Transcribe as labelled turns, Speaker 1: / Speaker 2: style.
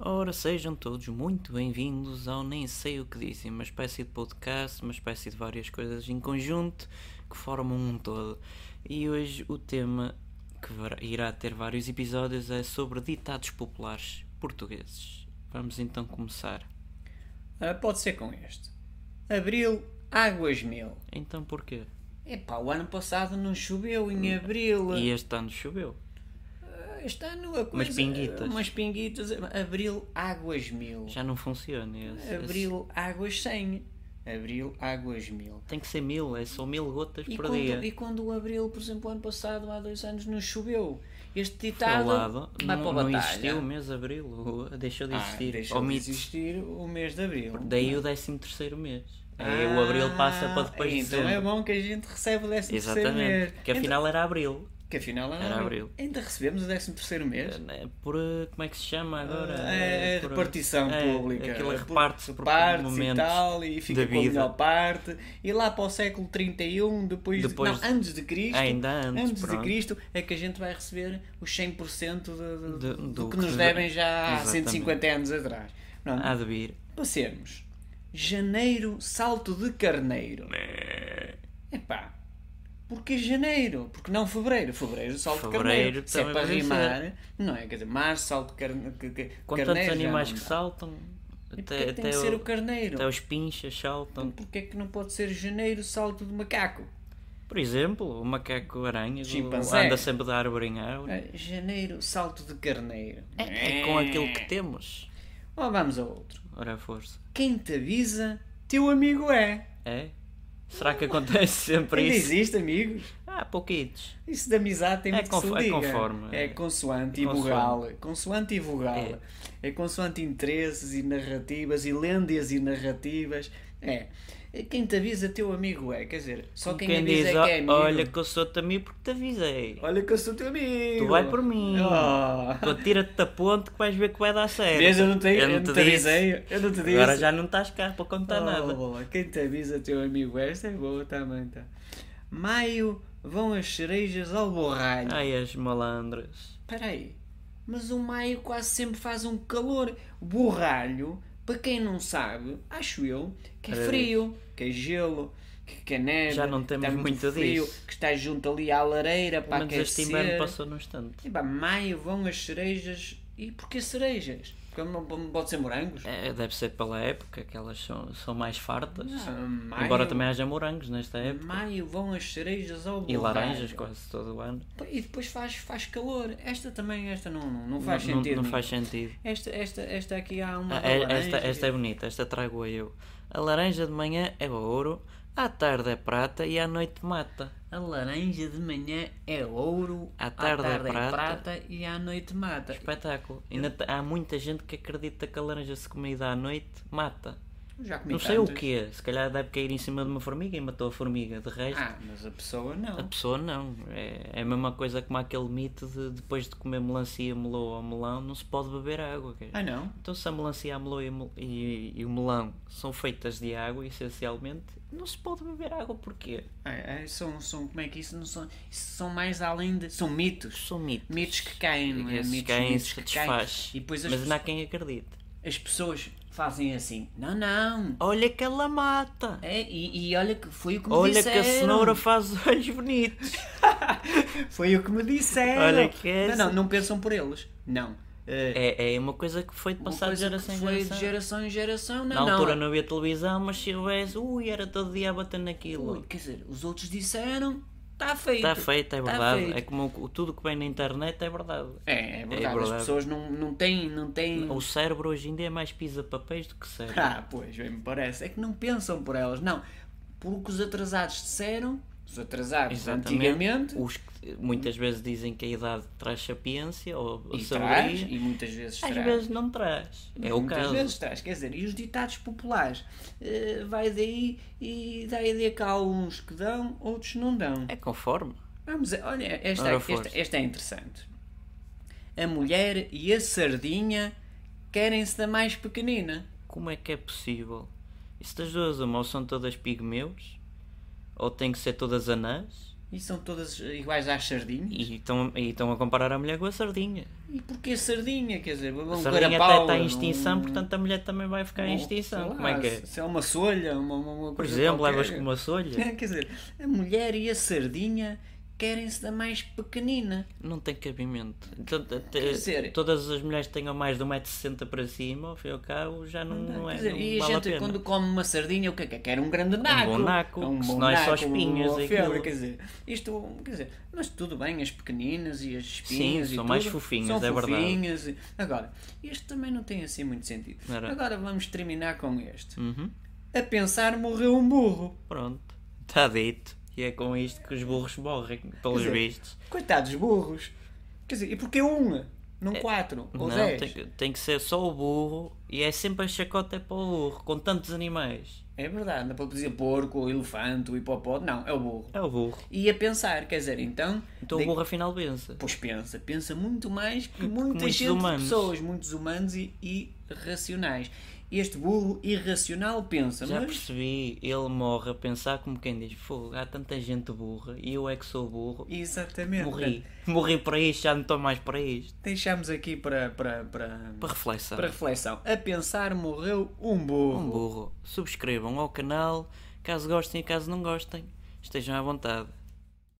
Speaker 1: Ora, sejam todos muito bem-vindos ao Nem Sei O Que Dizem, uma espécie de podcast, uma espécie de várias coisas em conjunto que formam um todo. E hoje o tema que var- irá ter vários episódios é sobre ditados populares portugueses. Vamos então começar.
Speaker 2: Ah, pode ser com este. Abril, águas mil.
Speaker 1: Então porquê?
Speaker 2: Epá, o ano passado não choveu em abril.
Speaker 1: Hum. E este ano choveu.
Speaker 2: Ah, Este ano a coisa...
Speaker 1: pinguitas.
Speaker 2: Umas pinguitas. Abril, águas mil.
Speaker 1: Já não funciona. Esse, esse-
Speaker 2: Abril, águas cem. Abril, águas mil.
Speaker 1: Tem que ser mil, é só mil gotas
Speaker 2: E
Speaker 1: por
Speaker 2: quando,
Speaker 1: dia.
Speaker 2: e quando o abril, por exemplo, o ano passado, há dois anos, não choveu. Este ditado
Speaker 1: Falado, não,
Speaker 2: vai para a
Speaker 1: não
Speaker 2: batalha.
Speaker 1: existiu o mês de abril, o- deixou de
Speaker 2: Ah,
Speaker 1: existir.
Speaker 2: deixou de
Speaker 1: Omite.
Speaker 2: existir o mês de abril.
Speaker 1: Daí o 13 terceiro mês. Aí o abril passa para depois de
Speaker 2: Ah, Então é
Speaker 1: dezembro.
Speaker 2: bom que a gente recebe o décimo terceiro mês.
Speaker 1: Exatamente. Que afinal era abril.
Speaker 2: Então- que afinal era,
Speaker 1: era abril.
Speaker 2: Ainda recebemos o décimo terceiro mês.
Speaker 1: É Por eh, como é que se chama agora?
Speaker 2: É, é
Speaker 1: Por-
Speaker 2: repartição
Speaker 1: é,
Speaker 2: pública.
Speaker 1: Aquilo
Speaker 2: É,
Speaker 1: reparte-se por um
Speaker 2: partes e
Speaker 1: momentos.
Speaker 2: tal, e fica
Speaker 1: da
Speaker 2: com a
Speaker 1: vida.
Speaker 2: melhor parte. E lá para o século 31, depois,
Speaker 1: Depois É,
Speaker 2: de, não, antes de Cristo,
Speaker 1: Ainda antes,
Speaker 2: de
Speaker 1: pronto.
Speaker 2: Cristo, é que a gente vai receber os 100% de,
Speaker 1: Do-
Speaker 2: de, do,
Speaker 1: do
Speaker 2: que
Speaker 1: que
Speaker 2: nos
Speaker 1: se-
Speaker 2: devem já há
Speaker 1: Exatamente.
Speaker 2: 150 anos atrás. Pronto,
Speaker 1: Há de vir.
Speaker 2: Passemos. Janeiro, salto de carneiro.
Speaker 1: Né.
Speaker 2: Epá. Porque janeiro? Porque não fevereiro? Fevereiro, salto
Speaker 1: Fevereiro
Speaker 2: de carneiro. Se é
Speaker 1: também
Speaker 2: para
Speaker 1: podia
Speaker 2: rimar, não é? Quer dizer, março, salto de carne- que- que- carneiro.
Speaker 1: Com tantos
Speaker 2: já
Speaker 1: animais
Speaker 2: não
Speaker 1: que
Speaker 2: dá.
Speaker 1: saltam,
Speaker 2: E
Speaker 1: até,
Speaker 2: porquê que tem
Speaker 1: até
Speaker 2: que ser
Speaker 1: o-
Speaker 2: o carneiro?
Speaker 1: até os pinchas saltam.
Speaker 2: Porquê que não pode ser janeiro, salto de macaco?
Speaker 1: Por exemplo, o macaco-aranha do-
Speaker 2: Chimpanzé.
Speaker 1: anda sempre da árvore em árvore.
Speaker 2: Ah, Janeiro, salto de carneiro. Né?
Speaker 1: É com aquilo que temos.
Speaker 2: Ó, vamos a outro.
Speaker 1: Ora, força.
Speaker 2: Quem te avisa, teu amigo é.
Speaker 1: É? Será que acontece sempre
Speaker 2: Ainda
Speaker 1: isso?
Speaker 2: existe, amigos?
Speaker 1: Há pouquitos.
Speaker 2: Isso de amizade tem
Speaker 1: É
Speaker 2: muito
Speaker 1: confo-
Speaker 2: que
Speaker 1: é
Speaker 2: se diga.
Speaker 1: conforme, é.
Speaker 2: É consoante
Speaker 1: É
Speaker 2: e
Speaker 1: consoante.
Speaker 2: vogal. Consoante e vogal. É. consoante interesses e narrativas e lendas e narrativas. É. Quem te avisa, teu amigo é. Quer dizer, só quem, avisa é
Speaker 1: "Ó,
Speaker 2: que é amigo.
Speaker 1: "Ah, olha que eu sou teu amigo porque te avisei.
Speaker 2: Olha que eu sou teu amigo.
Speaker 1: Tu vai por mim.
Speaker 2: Oh.
Speaker 1: Tu tira-te da ponte que vais ver que vai dar certo.
Speaker 2: Vês, eu não, te, eu
Speaker 1: não
Speaker 2: não te
Speaker 1: disse.
Speaker 2: avisei. Eu não te disse.
Speaker 1: Agora já não estás cá para contar
Speaker 2: Oh,
Speaker 1: tá nada.
Speaker 2: boa. Quem te avisa, teu amigo é. Esta é boa também. Tá. Maio vão as cerejas ao borralho.
Speaker 1: Ai, as malandras.
Speaker 2: Peraí, mas o maio quase sempre faz um calor. Borralho, para quem não sabe, acho eu, que é
Speaker 1: Era
Speaker 2: frio, que é gelo, que, que é neve.
Speaker 1: Já não temos
Speaker 2: está
Speaker 1: muito
Speaker 2: frio,
Speaker 1: disso.
Speaker 2: Que está junto ali à lareira para
Speaker 1: Mas este inverno
Speaker 2: aquecer.
Speaker 1: passou num instante.
Speaker 2: E pá, maio vão as cerejas. E porquê cerejas? Porque não não pode ser morangos?
Speaker 1: É, deve ser pela época que elas são, são mais fartas.
Speaker 2: Ah, maio,
Speaker 1: Embora também haja morangos nesta época.
Speaker 2: Maio vão as cerejas ao
Speaker 1: E
Speaker 2: borralho.
Speaker 1: laranjas quase todo o ano.
Speaker 2: E depois faz, faz calor. Esta também, esta não, não, não
Speaker 1: Não-
Speaker 2: faz
Speaker 1: não,
Speaker 2: sentido.
Speaker 1: não
Speaker 2: nenhum.
Speaker 1: faz sentido.
Speaker 2: Esta, esta, esta aqui há uma.
Speaker 1: Ah,
Speaker 2: da
Speaker 1: é-
Speaker 2: laranja
Speaker 1: esta, esta
Speaker 2: e-
Speaker 1: é bonita, esta trago eu. A laranja de manhã é ouro, à tarde é prata e à noite mata.
Speaker 2: A laranja de manhã é ouro,
Speaker 1: À tarde é prata.
Speaker 2: e à noite
Speaker 1: Tá,
Speaker 2: mata.
Speaker 1: Espetáculo. Ainda t- há muita gente que acredita que a laranja se comida à noite mata.
Speaker 2: Já comi
Speaker 1: Não sei o
Speaker 2: tantas.
Speaker 1: quê. Se calhar deve cair em cima de uma formiga e matou a formiga. De resto,
Speaker 2: Ah, mas a pessoa
Speaker 1: a
Speaker 2: não.
Speaker 1: pessoa não. É, é a mesma coisa como aquele mito de depois de comer melancia, melou ou melão, não se pode beber água. quer dizer.
Speaker 2: Ah, não?
Speaker 1: Então se a melancia, a melão e, a mel- e- e o melão são feitas de água, essencialmente, não se pode beber água porquê?
Speaker 2: Ah, ah, são, são, como é que isso não são? Isso são mais além de. São mitos.
Speaker 1: São mitos.
Speaker 2: Mitos que caem, não é?
Speaker 1: Esses
Speaker 2: mitos,
Speaker 1: quem
Speaker 2: mitos
Speaker 1: se
Speaker 2: que caem.
Speaker 1: desfaz.
Speaker 2: E depois as,
Speaker 1: Mas
Speaker 2: pe-
Speaker 1: não há quem acredite.
Speaker 2: as pessoas fazem assim: não, não.
Speaker 1: Olha que ela mata.
Speaker 2: É, e, e olha que foi o que me
Speaker 1: Olha
Speaker 2: disseram.
Speaker 1: que a cenoura faz olhos bonitos.
Speaker 2: Foi o que me disseram.
Speaker 1: Olha que é
Speaker 2: Não,
Speaker 1: essa.
Speaker 2: não, não pensam por eles. Não. Eh,
Speaker 1: É, é uma coisa que foi de
Speaker 2: uma
Speaker 1: passar de
Speaker 2: coisa que
Speaker 1: geração em
Speaker 2: foi
Speaker 1: geração.
Speaker 2: de geração em geração. Não,
Speaker 1: Na
Speaker 2: não.
Speaker 1: altura não havia televisão, mas se houvesse, ui, era todo dia a bater naquilo.
Speaker 2: Ui, quer dizer, os outros disseram, está feito.
Speaker 1: Está feito, é
Speaker 2: Tá
Speaker 1: verdade.
Speaker 2: feito.
Speaker 1: É como o- tudo que vem na internet é verdade.
Speaker 2: É, é verdade,
Speaker 1: verdade.
Speaker 2: as pessoas não, não têm, não têm...
Speaker 1: O cérebro hoje em dia é mais pisa papéis do que cérebro.
Speaker 2: Ah, pois, bem me parece. É que não pensam por elas, não. Porque os atrasados disseram, os atrasados antigamente,
Speaker 1: Os que muitas vezes dizem que a idade traz sapiência ou ou
Speaker 2: e traz,
Speaker 1: sabedoria.
Speaker 2: e muitas vezes
Speaker 1: Às
Speaker 2: traz.
Speaker 1: vezes não traz. É o
Speaker 2: muitas
Speaker 1: caso.
Speaker 2: vezes traz, quer dizer, e os ditados populares? Eh, vai daí e dá a ideia que há alguns que dão, outros não dão.
Speaker 1: É conforme.
Speaker 2: Vamos, a- olha, esta,
Speaker 1: Ora,
Speaker 2: esta,
Speaker 1: força.
Speaker 2: esta é interessante. A mulher e a sardinha querem-se da mais pequenina.
Speaker 1: Como é que é possível? Estas duas, uma, ou são todas pigmeus, ou têm que ser todas anãs,
Speaker 2: E são todas iguais às sardinhas?
Speaker 1: E estão, e estão a comparar a mulher com a sardinha.
Speaker 2: E porquê sardinha? Quer dizer,
Speaker 1: A
Speaker 2: um
Speaker 1: sardinha até
Speaker 2: carapaula,
Speaker 1: está em extinção,
Speaker 2: um-
Speaker 1: portanto a mulher também vai ficar em
Speaker 2: um- sei
Speaker 1: extinção.
Speaker 2: lá,
Speaker 1: Como é que é?
Speaker 2: Se é uma solha, uma, uma, uma
Speaker 1: Por
Speaker 2: coisa
Speaker 1: exemplo,
Speaker 2: qualquer.
Speaker 1: levas com uma solha?
Speaker 2: Quer dizer, a mulher e a sardinha querem-se da mais pequenina.
Speaker 1: Não tem cabimento. To- to-
Speaker 2: dizer-
Speaker 1: Então, Todas as mulheres que tenham mais de 1,60m para cima, ao fim e ao cabo, já não, não é.
Speaker 2: Quer dizer,
Speaker 1: não
Speaker 2: e a
Speaker 1: vale
Speaker 2: gente
Speaker 1: pena.
Speaker 2: quando come uma sardinha, o que é que quer? Um grande naco.
Speaker 1: bom naco,
Speaker 2: Um
Speaker 1: que se
Speaker 2: bom
Speaker 1: não é só
Speaker 2: naco, uma
Speaker 1: espinhas,
Speaker 2: boa
Speaker 1: é
Speaker 2: febre,
Speaker 1: aquilo.
Speaker 2: quer dizer, isto, quer dizer, mas tudo bem, as pequeninas e as espinhas
Speaker 1: Sim,
Speaker 2: e
Speaker 1: são mais
Speaker 2: tudo,
Speaker 1: fofinhas,
Speaker 2: são
Speaker 1: é verdade.
Speaker 2: fofinhas. e- Agora, este também não tem assim muito sentido.
Speaker 1: Não era?
Speaker 2: Agora vamos terminar com este.
Speaker 1: Uhum.
Speaker 2: A pensar morreu um burro.
Speaker 1: Pronto, está dito. E é com isto que os burros morrem, pelos
Speaker 2: dizer,
Speaker 1: vistos.
Speaker 2: Coitados burros. Quer dizer, e porquê um? Não quatro ou
Speaker 1: É, Não,
Speaker 2: dez?
Speaker 1: tem, que- tem que ser só o burro e é sempre a chacota é para o burro, com tantos animais.
Speaker 2: É verdade, não pode dizer porco, ou elefante, ou hipopótamo. Não, é o burro.
Speaker 1: É o burro.
Speaker 2: E a pensar, quer dizer, então...
Speaker 1: Então
Speaker 2: de-
Speaker 1: o burro afinal vence.
Speaker 2: Pois pensa, pensa muito mais que muita
Speaker 1: muitos
Speaker 2: gente,
Speaker 1: humanos.
Speaker 2: pessoas, muitos humanos e, e racionais. Este burro irracional pensa,
Speaker 1: Já
Speaker 2: mas
Speaker 1: percebi, ele morre a pensar como quem diz: Fogo, há tanta gente burra e eu é que sou burro.
Speaker 2: exatamente.
Speaker 1: Morri. Morri para isto, já não estou mais para isto.
Speaker 2: Deixámos aqui para, para, para,
Speaker 1: Para reflexão.
Speaker 2: para reflexão. A pensar morreu um burro.
Speaker 1: Um burro. Subscrevam ao canal, caso gostem e caso não gostem, estejam à vontade.